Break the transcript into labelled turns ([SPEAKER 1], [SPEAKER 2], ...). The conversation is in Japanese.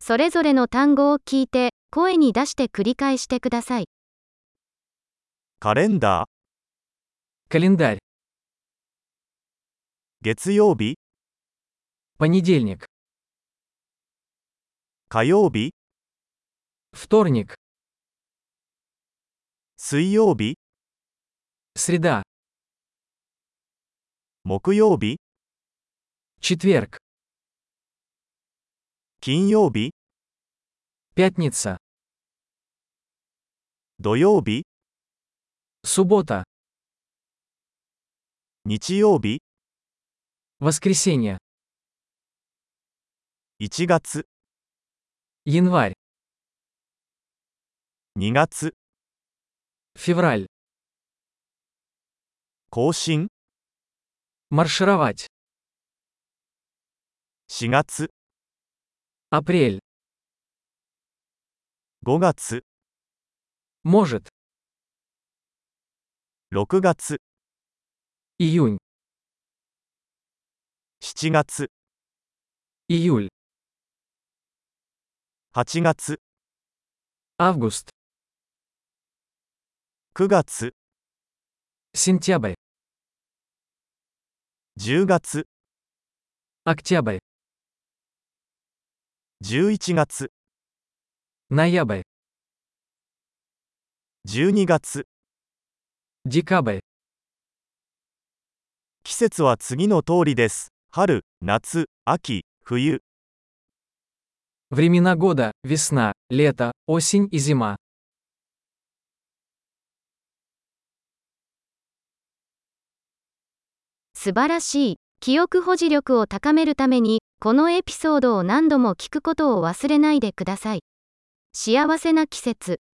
[SPEAKER 1] それぞれの単語を聞いて、声に出して繰り返してください。
[SPEAKER 2] カレンダー、
[SPEAKER 3] Календарь.
[SPEAKER 2] 月曜日、
[SPEAKER 3] Понедельник.
[SPEAKER 2] 火曜日、
[SPEAKER 3] Вторник.
[SPEAKER 2] 水曜日、
[SPEAKER 3] Среда.
[SPEAKER 2] 木曜日、
[SPEAKER 3] Четверг.
[SPEAKER 2] 金曜日、
[SPEAKER 3] Пятница.
[SPEAKER 2] 土曜日、
[SPEAKER 3] Суббота.
[SPEAKER 2] 日曜日、
[SPEAKER 3] Воскресенье.
[SPEAKER 2] 1月、
[SPEAKER 3] Январь.
[SPEAKER 2] 2月、
[SPEAKER 3] Февраль.
[SPEAKER 2] 更新、
[SPEAKER 3] Маршировать.
[SPEAKER 2] 4月、
[SPEAKER 3] Апрель.
[SPEAKER 2] 5月、
[SPEAKER 3] Может.
[SPEAKER 2] 6月、
[SPEAKER 3] Июнь.
[SPEAKER 2] 7月、
[SPEAKER 3] Июль.
[SPEAKER 2] 8月、
[SPEAKER 3] Август.
[SPEAKER 2] 9月、
[SPEAKER 3] Сентябрь.
[SPEAKER 2] 10月、
[SPEAKER 3] Октябрь.
[SPEAKER 2] 11月、
[SPEAKER 3] Ноябрь.
[SPEAKER 2] 12月、
[SPEAKER 3] Декабрь.
[SPEAKER 2] 季節は次の通りです。春、夏、秋、冬。
[SPEAKER 3] Времена года. Весна, лето, осень и зима.
[SPEAKER 1] 素晴らしい。記憶保持力を高めるために、このエピソードを何度も聞くことを忘れないでください。幸せな季節。